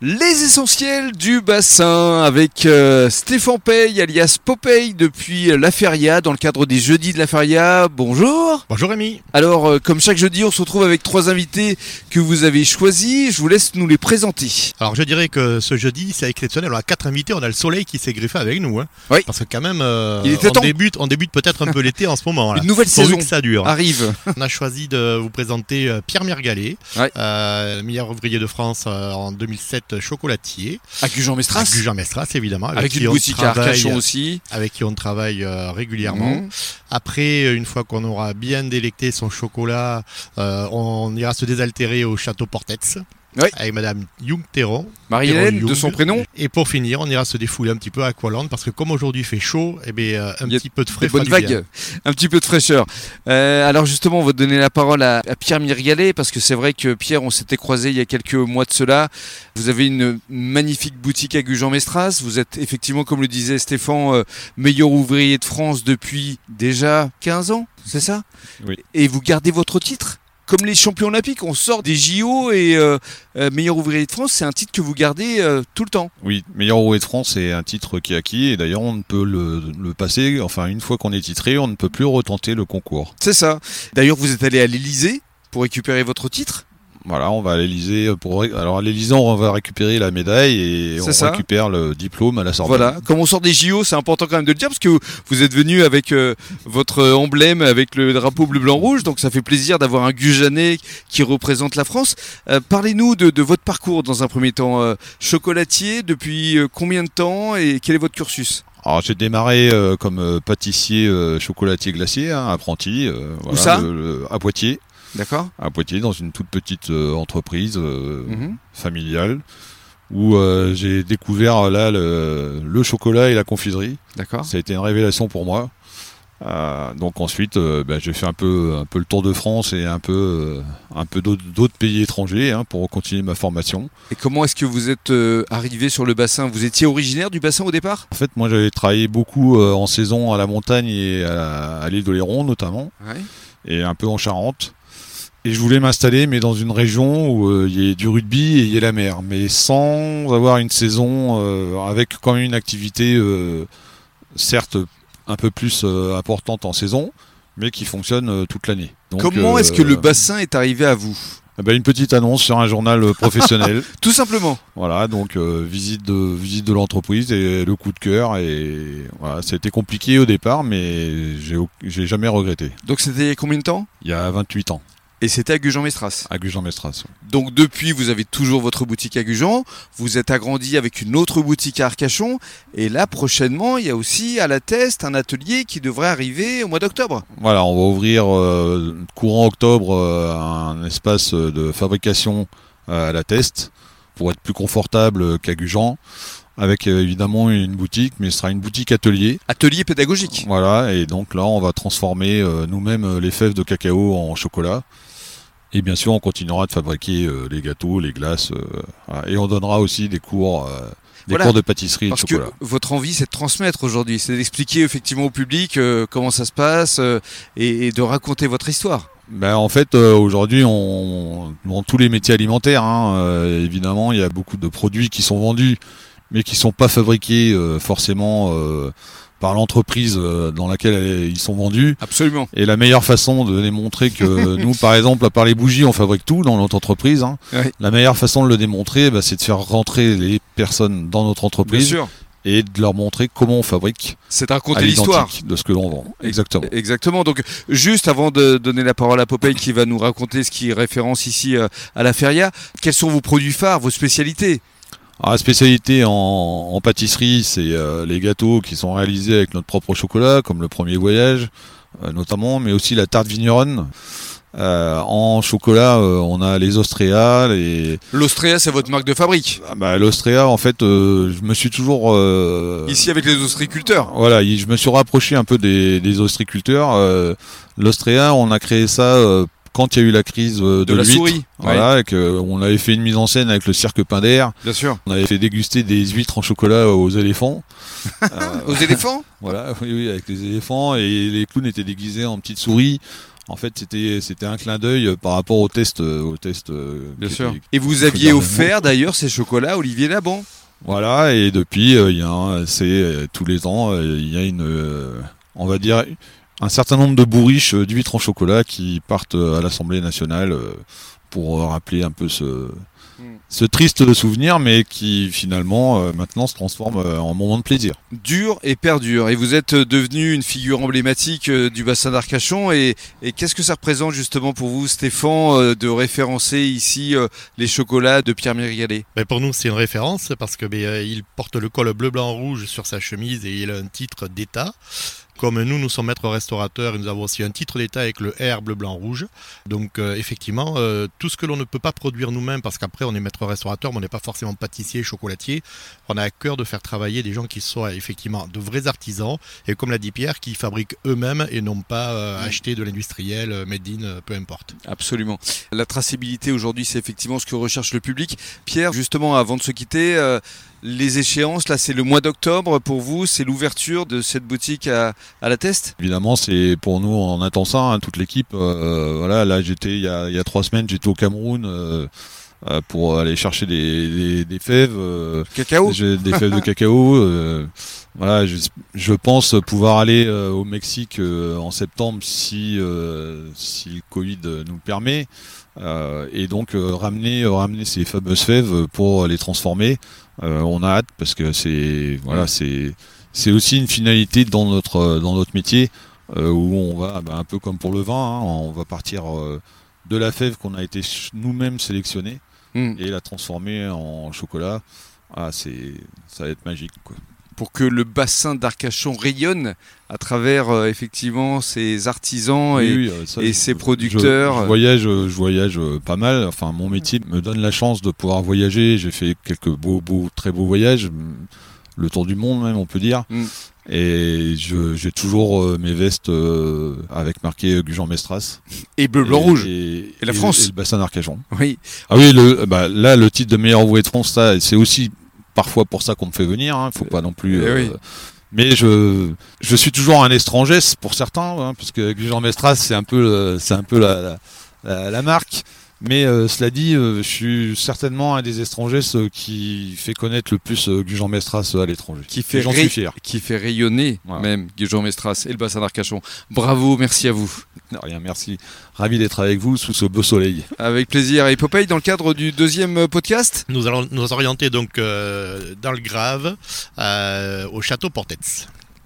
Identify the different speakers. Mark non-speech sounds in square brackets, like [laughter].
Speaker 1: Les essentiels du bassin avec euh, Stéphane Paye alias Popeye depuis euh, La Feria dans le cadre des jeudis de La Feria. Bonjour.
Speaker 2: Bonjour Rémi.
Speaker 1: Alors euh, comme chaque jeudi on se retrouve avec trois invités que vous avez choisis. Je vous laisse nous les présenter.
Speaker 2: Alors je dirais que ce jeudi c'est exceptionnel. On a quatre invités, on a le soleil qui s'est greffé avec nous. hein.
Speaker 1: Oui.
Speaker 2: Parce que quand même, euh,
Speaker 1: Il était
Speaker 2: on,
Speaker 1: temps.
Speaker 2: débute, on débute peut-être un peu l'été en ce moment. là.
Speaker 1: Une nouvelle
Speaker 2: Pourvu
Speaker 1: saison Ah.
Speaker 2: que ça dure.
Speaker 1: arrive.
Speaker 2: On a choisi de vous présenter euh, Pierre Mergalet,
Speaker 1: Ouais.
Speaker 2: euh, meilleur ouvrier de France euh, en 2007 chocolatier,
Speaker 1: À Gujan-Mestras.
Speaker 2: à Gujan-Mestras évidemment,
Speaker 1: Avec
Speaker 2: qui
Speaker 1: une
Speaker 2: on
Speaker 1: boutique à
Speaker 2: travaille-
Speaker 1: Arcachon aussi.
Speaker 2: avec qui on travaille euh, régulièrement.
Speaker 1: Mmh.
Speaker 2: Après, euh, une fois qu'on aura bien délecté son chocolat, euh, on ira se désaltérer au château Portetz
Speaker 1: Oui.
Speaker 2: avec Madame Young Terron.
Speaker 1: Marie-Hélène
Speaker 2: Jérôme
Speaker 1: de son
Speaker 2: Young.
Speaker 1: prénom.
Speaker 2: Et pour finir, on ira se défouler un petit peu à Aqualand parce que comme aujourd'hui il fait chaud, eh bien, euh, un
Speaker 1: Il y a
Speaker 2: petit peu de frais
Speaker 1: Des bonnes
Speaker 2: fera du bien.
Speaker 1: vagues, un petit peu de fraîcheur. Euh, alors justement, on va donner la parole à, à Pierre Mirgalet, parce que c'est vrai que Pierre, on s'était croisé il y a quelques mois de cela. Vous avez une magnifique boutique à Gujan-Mestras. Vous êtes effectivement, comme le disait Stéphane, euh, meilleur ouvrier de France depuis déjà 15 ans, c'est ça
Speaker 3: Oui.
Speaker 1: Et vous gardez votre titre comme les champions olympiques, on sort des JO et euh, euh, meilleur ouvrier de France, c'est un titre que vous gardez euh, tout le temps.
Speaker 3: Oui, meilleur roué de France est un titre qui est acquis et d'ailleurs on ne peut le, le passer, enfin une fois qu'on est titré, on ne peut plus retenter le concours.
Speaker 1: C'est ça. D'ailleurs, vous êtes allé à l'Elysée pour récupérer votre titre.
Speaker 3: Voilà, on va à l'Elysée pour ré- alors à l'Elysée on va récupérer la médaille et
Speaker 1: C'est
Speaker 3: on
Speaker 1: ça.
Speaker 3: récupère le diplôme à la Sorbonne.
Speaker 1: Voilà, comme on sort des JO, c'est important quand même de le dire parce que vous êtes venu avec euh, votre euh, emblème, avec le drapeau bleu, blanc, rouge, donc ça fait plaisir d'avoir un Gujanais qui représente la France. Euh, Parlez-nous de, de votre parcours dans un premier temps. euh, chocolatier, depuis euh, combien de temps et quel est votre cursus
Speaker 3: Alors j'ai démarré euh, comme euh, pâtissier euh, chocolatier glacier, hein, apprenti, euh, voilà,
Speaker 1: ça
Speaker 3: le- le- à Poitiers,
Speaker 1: D'accord
Speaker 3: à Poitiers dans une toute petite euh, entreprise euh,
Speaker 1: Mhm.
Speaker 3: familiale où euh, j'ai découvert là le- le chocolat et la confiserie.
Speaker 1: D'accord.
Speaker 3: Hein. Ça a été une révélation pour moi. Euh, donc ensuite, euh, ben, j'ai fait un peu, un peu le tour de France et un peu, euh, un peu d'autres d'autres pays étrangers hein, pour continuer ma formation.
Speaker 1: Et comment est-ce que vous êtes euh, arrivé sur le bassin Vous étiez originaire du bassin au départ
Speaker 3: En fait, moi, j'avais travaillé beaucoup euh, en saison à la montagne et à, à l'île d'Oléron notamment,
Speaker 1: Oui.
Speaker 3: et un peu en Charente. Et je voulais m'installer, mais dans une région où euh, il y ait du rugby et il y ait la mer, mais sans avoir une saison euh, avec quand même une activité, euh, certes un peu plus euh, importante en saison, mais qui fonctionne euh, toute l'année. Donc,
Speaker 1: Comment
Speaker 3: euh,
Speaker 1: est-ce que le bassin est arrivé à vous
Speaker 3: eh ben, Une petite annonce sur un journal
Speaker 1: [laughs]
Speaker 3: euh, professionnel.
Speaker 1: Tout simplement.
Speaker 3: voilà, donc euh, visite de visite de l'entreprise et le coup de cœur et voilà, c'était compliqué au départ, mais j'ai au- j'ai jamais regretté.
Speaker 1: Donc c'était il y a combien de temps
Speaker 3: Il y a 28 ans
Speaker 1: Et c'était à Gujan-Mestras
Speaker 3: à Gujan-Mestras.
Speaker 1: Donc depuis, vous avez toujours votre boutique à Gujan, vous êtes agrandi avec une autre boutique à Arcachon, et là prochainement, il y a aussi à la Teste un atelier qui devrait arriver au mois d'octobre.
Speaker 3: Voilà, on va ouvrir euh, courant octobre euh, un espace euh, de fabrication euh, à la test pour être plus confortable euh, qu'à Gujan, avec euh, évidemment une boutique, mais ce sera une boutique atelier.
Speaker 1: Atelier pédagogique.
Speaker 3: Voilà, et donc là, on va transformer euh, nous-mêmes euh, les fèves de cacao en chocolat. Et bien sûr, on continuera de fabriquer euh, les gâteaux, les glaces, euh, voilà. et on donnera aussi des cours, euh, des
Speaker 1: Voilà.
Speaker 3: cours de pâtisserie et de
Speaker 1: Parce que
Speaker 3: chocolat.
Speaker 1: votre envie, c'est de transmettre aujourd'hui, c'est d'expliquer effectivement au public euh, comment ça se passe euh, et, et de raconter votre histoire.
Speaker 3: Ben, en fait, euh, aujourd'hui, on, dans tous les métiers alimentaires, hein, euh, évidemment, il y a beaucoup de produits qui sont vendus, mais qui sont pas fabriqués euh, forcément euh, par l'entreprise euh, dans laquelle elle- ils sont vendus.
Speaker 1: Absolument.
Speaker 3: Et la meilleure façon de
Speaker 1: [laughs]
Speaker 3: démontrer que nous, par exemple, à part les bougies, on fabrique tout dans notre entreprise. hein.
Speaker 1: Ouais.
Speaker 3: La meilleure façon de le démontrer, ben, c'est de faire rentrer les personnes dans notre
Speaker 1: Bien
Speaker 3: entreprise
Speaker 1: sûr.
Speaker 3: et de leur montrer comment on fabrique
Speaker 1: C'est de raconter
Speaker 3: à
Speaker 1: l'histoire.
Speaker 3: l'identique de ce que l'on vend. Exactement.
Speaker 1: Exactement. Donc, juste avant de donner la parole à Popeye qui va nous raconter ce qui est référence ici euh, à la feria, quels sont vos produits phares, vos spécialités
Speaker 3: Alors, la Ah, spécialité en, en pâtisserie, c'est euh, les gâteaux qui sont réalisés avec notre propre chocolat, comme le premier voyage euh, notamment, mais aussi la tarte vigneronne. Euh, en chocolat, euh, on a les ostréas. Les...
Speaker 1: L'Austria, c'est votre marque de fabrique.
Speaker 3: Ah, bah, l'ostréa, en fait, euh, je me suis toujours... euh,
Speaker 1: Ici, avec les ostriculteurs.
Speaker 3: Voilà, y- je me suis rapproché un peu des, des ostriculteurs. Euh, l'ostréa, on a créé ça euh, quand il y a eu la crise euh, de,
Speaker 1: De, la
Speaker 3: l'huître.
Speaker 1: souris. Ouais,
Speaker 3: Voilà, et que, euh, on avait fait une mise en scène avec le cirque Pinder.
Speaker 1: bien sûr.
Speaker 3: On avait fait déguster des huîtres en chocolat aux éléphants. Euh,
Speaker 1: [laughs] Aux éléphants
Speaker 3: voilà, oui, oui, avec les éléphants. Et les clowns étaient déguisés en petites souris. En fait, c'était c'était un clin d'œil par rapport au test euh, au test.
Speaker 1: Bien sûr. Et vous aviez offert d'ailleurs ces chocolats, Olivier Laban.
Speaker 3: Voilà, et depuis, il euh, y a un- c'est euh, tous les ans, euh, il y a une, euh, on va dire, un certain nombre de bourriches euh, d'huîtres en chocolat qui partent euh, à l'Assemblée nationale euh, pour euh, rappeler un peu ce,
Speaker 1: Hmm.
Speaker 3: ce triste souvenir, mais qui finalement euh, maintenant se transforme euh, en moment de plaisir.
Speaker 1: Dur et perdure. Et vous êtes devenu une figure emblématique euh, du bassin d'Arcachon. Et, et qu'est-ce que ça représente justement pour vous, Stéphane, euh, de référencer ici euh, les chocolats de Pierre Mirialet
Speaker 2: Ben, pour nous, c'est une référence parce que ben, euh, il porte le col bleu, blanc, rouge sur sa chemise et il a un titre d'État. Comme nous, nous sommes maîtres restaurateurs et nous avons aussi un titre d'État avec le R bleu, blanc, rouge. Donc, euh, effectivement, euh, tout ce que l'on ne peut pas produire nous-mêmes, parce qu'après, on est maître restaurateur, mais on n'est pas forcément pâtissier, chocolatier. On a à cœur de faire travailler des gens qui soient effectivement de vrais artisans et, comme l'a dit Pierre, qui fabriquent eux-mêmes et non pas euh, acheter de l'industriel, euh, made in, euh, peu importe.
Speaker 1: Absolument. La traçabilité aujourd'hui, c'est effectivement ce que recherche le public. Pierre, justement, avant de se quitter, euh, les échéances, là, c'est le mois d'octobre pour vous, c'est l'ouverture de cette boutique à, à la Teste.
Speaker 3: Évidemment, c'est pour nous, on attend ça, hein, toute l'équipe. euh, voilà, là, j'étais il y a, il y a trois semaines, j'étais au Cameroun. euh, euh, pour aller chercher des, des- des fèves euh,
Speaker 1: Cacao
Speaker 3: J'ai des fèves de cacao. euh, voilà, je, je pense pouvoir aller euh, au Mexique euh, en septembre si, euh, si le Covid euh, nous le permet. Euh, et donc euh, ramener, euh, ramener ces fameuses fèves pour les transformer. Euh, on a hâte parce que c'est voilà, c'est c'est aussi une finalité dans notre euh, dans notre métier euh, où on va bah, un peu comme pour le vin, hein, on va partir euh, de la fève qu'on a été ch- nous-mêmes sélectionnés
Speaker 1: Hmm.
Speaker 3: et la transformer en chocolat. Ah, c'est ça va être magique quoi.
Speaker 1: pour que le bassin d'Arcachon rayonne à travers euh, effectivement ses artisans et
Speaker 3: Oui, oui, ça,
Speaker 1: et
Speaker 3: je-
Speaker 1: ses
Speaker 3: je-
Speaker 1: producteurs.
Speaker 3: Je, voyage, euh, je voyage euh, pas mal. Enfin, mon métier me donne la chance de pouvoir voyager. J'ai fait quelques beaux, beaux, très beaux voyages, mm, le tour du monde même, on peut dire.
Speaker 1: Mm.
Speaker 3: Et je- j'ai toujours euh, mes vestes euh, avec marqué Gujan Mestras.
Speaker 1: et, bleu blanc
Speaker 3: Et-
Speaker 1: rouge.
Speaker 3: et,
Speaker 1: Et la France.
Speaker 3: et le bassin d'Arcachon.
Speaker 1: Oui,
Speaker 3: Ah oui, le, bah, là, le titre de meilleur ouvrier de France, ça, c'est aussi parfois pour ça qu'on me fait venir. Hein, faut pas non plus.
Speaker 1: Eh
Speaker 3: euh,
Speaker 1: oui.
Speaker 3: Mais je, je suis toujours un étranger c'est pour certains, hein, parce que Jean Mestras, c'est un peu, le- c'est un peu la, la- la- la marque. Mais euh, cela dit, euh, je suis certainement un des étrangers ceux qui fait connaître le plus euh, Jean Mestras à l'étranger.
Speaker 1: Qui fait
Speaker 3: Et J'en
Speaker 1: ré-
Speaker 3: suis fier.
Speaker 1: qui fait rayonner
Speaker 3: Voilà.
Speaker 1: même Guillaume Mestras et le bassin d'Arcachon. Bravo, merci à vous.
Speaker 3: Non, rien, merci. Ravi d'être avec vous sous ce beau soleil.
Speaker 1: Avec plaisir. Et Popeye, dans le cadre du deuxième podcast,
Speaker 2: Nous allons nous orienter donc euh, dans le Grave euh, au château Portets.